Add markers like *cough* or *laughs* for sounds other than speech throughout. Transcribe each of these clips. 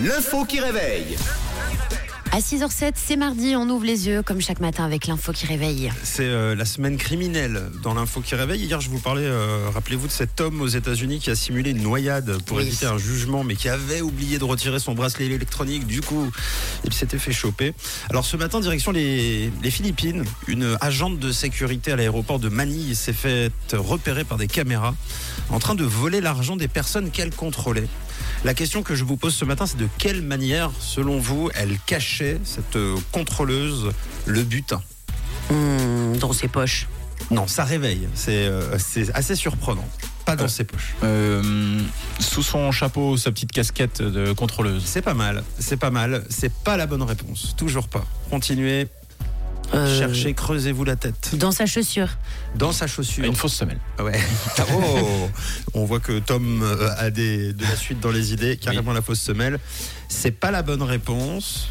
L'info qui réveille. À 6h07, c'est mardi, on ouvre les yeux comme chaque matin avec l'info qui réveille. C'est euh, la semaine criminelle dans l'info qui réveille. Hier, je vous parlais, euh, rappelez-vous de cet homme aux États-Unis qui a simulé une noyade pour Oui. éviter un jugement, mais qui avait oublié de retirer son bracelet électronique. Du coup, il s'était fait choper. Alors, ce matin, direction les, les Philippines, une agente de sécurité à l'aéroport de Manille s'est faite repérer par des caméras en train de voler l'argent des personnes qu'elle contrôlait. La question que je vous pose ce matin, c'est de quelle manière, selon vous, elle cachait cette euh, contrôleuse le butin Hum, dans ses poches. Non, ça réveille. C'est euh, c'est assez surprenant. Pas dans Euh. ses poches. Euh, sous son chapeau, sa petite casquette de contrôleuse. C'est pas mal. C'est pas mal. C'est pas la bonne réponse. Toujours pas. Continuez. Euh, Cherchez, creusez-vous la tête. Dans sa chaussure. Dans sa chaussure. Ah, Une Ah, fausse semelle. Ouais. Oh *laughs* On voit que Tom euh, a des, de la suite dans les idées. Carrément la fausse semelle. C'est pas la bonne réponse.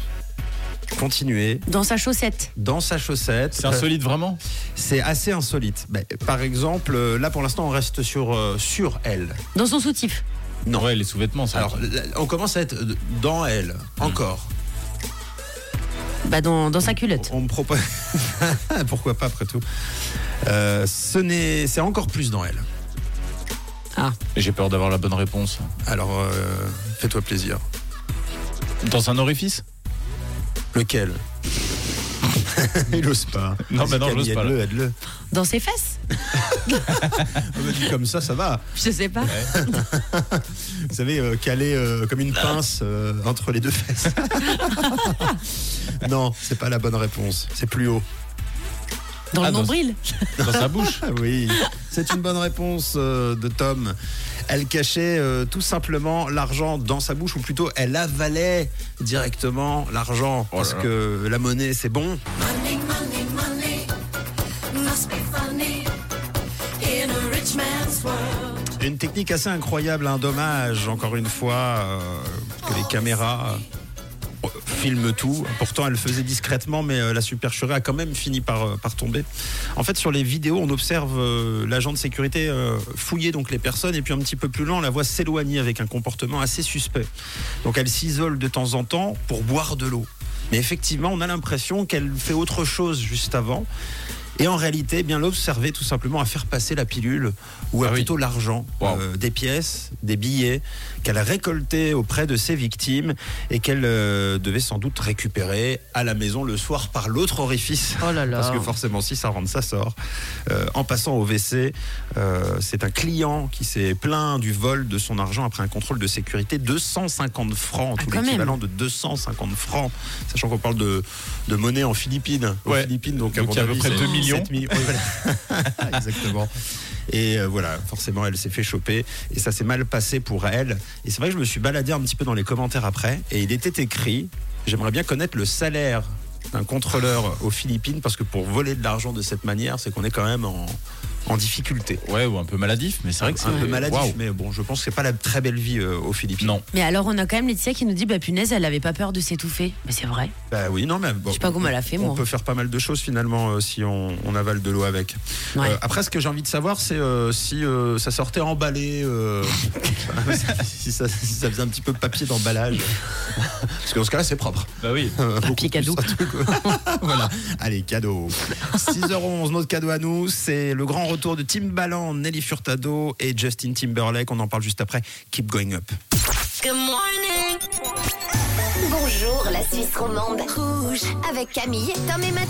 Continuez. Dans sa chaussette. Dans sa chaussette. C'est insolite vraiment C'est assez insolite. Ben, par exemple, euh, là pour l'instant, on reste sur, euh, sur elle. Dans son soutif. Non. Ouais, les sous-vêtements, ça. Alors, là, on commence à être euh, dans elle. Hmm. Encore. Bah dans, dans sa culotte. On me propose. *laughs* Pourquoi pas après tout Euh, Ce n'est, c'est encore plus dans elle. Ah. J'ai peur d'avoir la bonne réponse. Alors, euh, fais-toi plaisir. Dans un orifice Lequel *laughs* Il ose pas. Non, Vas-y, bah non, Camille, j'ose pas, là. Aide-le, aide-le. Dans ses fesses On me dit Ah, bah, comme ça, ça va. *laughs* Je sais pas. Vous savez, euh, calé euh, comme une pince euh, entre les deux fesses. *laughs* non, c'est pas la bonne réponse. C'est plus haut. Dans Ah, le dans- nombril Dans sa bouche Ah Oui, c'est une bonne réponse euh, de Tom. Elle cachait euh, tout simplement l'argent dans sa bouche, ou plutôt elle avalait directement l'argent, Oh là parce là. que la monnaie c'est bon. Money, money, money must be funny in a rich man's world. Une technique assez incroyable, un dommage, encore une fois, euh, que les caméras euh, filment tout. Pourtant, elle faisait discrètement, mais euh, la supercherie a quand même fini par, euh, par tomber. En fait, sur les vidéos, on observe euh, l'agent de sécurité euh, fouiller donc les personnes, et puis un petit peu plus loin, on la voit s'éloigner avec un comportement assez suspect. Donc, elle s'isole de temps en temps pour boire de l'eau. Mais effectivement, on a l'impression qu'elle fait autre chose juste avant. Et en réalité, eh bien l'observer tout simplement à faire passer la pilule ou à Ah oui. plutôt l'argent, Wow. euh, des pièces, des billets qu'elle a récoltés auprès de ses victimes et qu'elle euh, devait sans doute récupérer à la maison le soir par l'autre orifice. Oh là là. Parce que forcément, si ça rentre, ça sort. Euh, en passant au WC, euh, c'est un client qui s'est plaint du vol de son argent après un contrôle de sécurité. 250 francs, Ah, tout quand même. l'équivalent de 250 francs. Sachant qu'on parle de, de monnaie en Philippines. Aux Ouais. Philippines, donc, Donc, mon à peu près c'est 2 millions. 7 Ouais, voilà. *laughs* Exactement. Et euh, voilà, forcément, elle s'est fait choper. Et ça s'est mal passé pour elle. Et c'est vrai que je me suis baladé un petit peu dans les commentaires après. Et il était écrit J'aimerais bien connaître le salaire d'un contrôleur aux Philippines, parce que pour voler de l'argent de cette manière, c'est qu'on est quand même en, en difficulté. Ouais, ou un peu maladif, mais c'est vrai que c'est un peu maladif, Waouh. mais bon, je pense que c'est pas la très belle vie euh, aux Philippines. Non. Mais alors on a quand même Laetitia qui nous dit bah punaise elle avait pas peur de s'étouffer. Mais c'est vrai. Bah oui, non, mais bon, Je sais pas comment elle a fait, on moi. peut faire pas mal de choses finalement euh, si on, on avale de l'eau avec. Ouais. Euh, après, ce que j'ai envie de savoir, c'est euh, si euh, ça sortait emballé, euh, *laughs* si, ça, si ça faisait un petit peu papier d'emballage. *laughs* Parce que dans ce cas-là, c'est propre. Bah oui. Euh, beaucoup plus, cadeau. un truc, euh, *laughs* voilà. Allez, cadeau. 6h11, notre cadeau à nous, c'est le grand retour de Timbaland, Nelly Furtado et Justin Timberlake. On en parle juste après. Keep going up. Good morning. Bonjour la Suisse romande. Rouge avec Camille, Tom et Mathieu.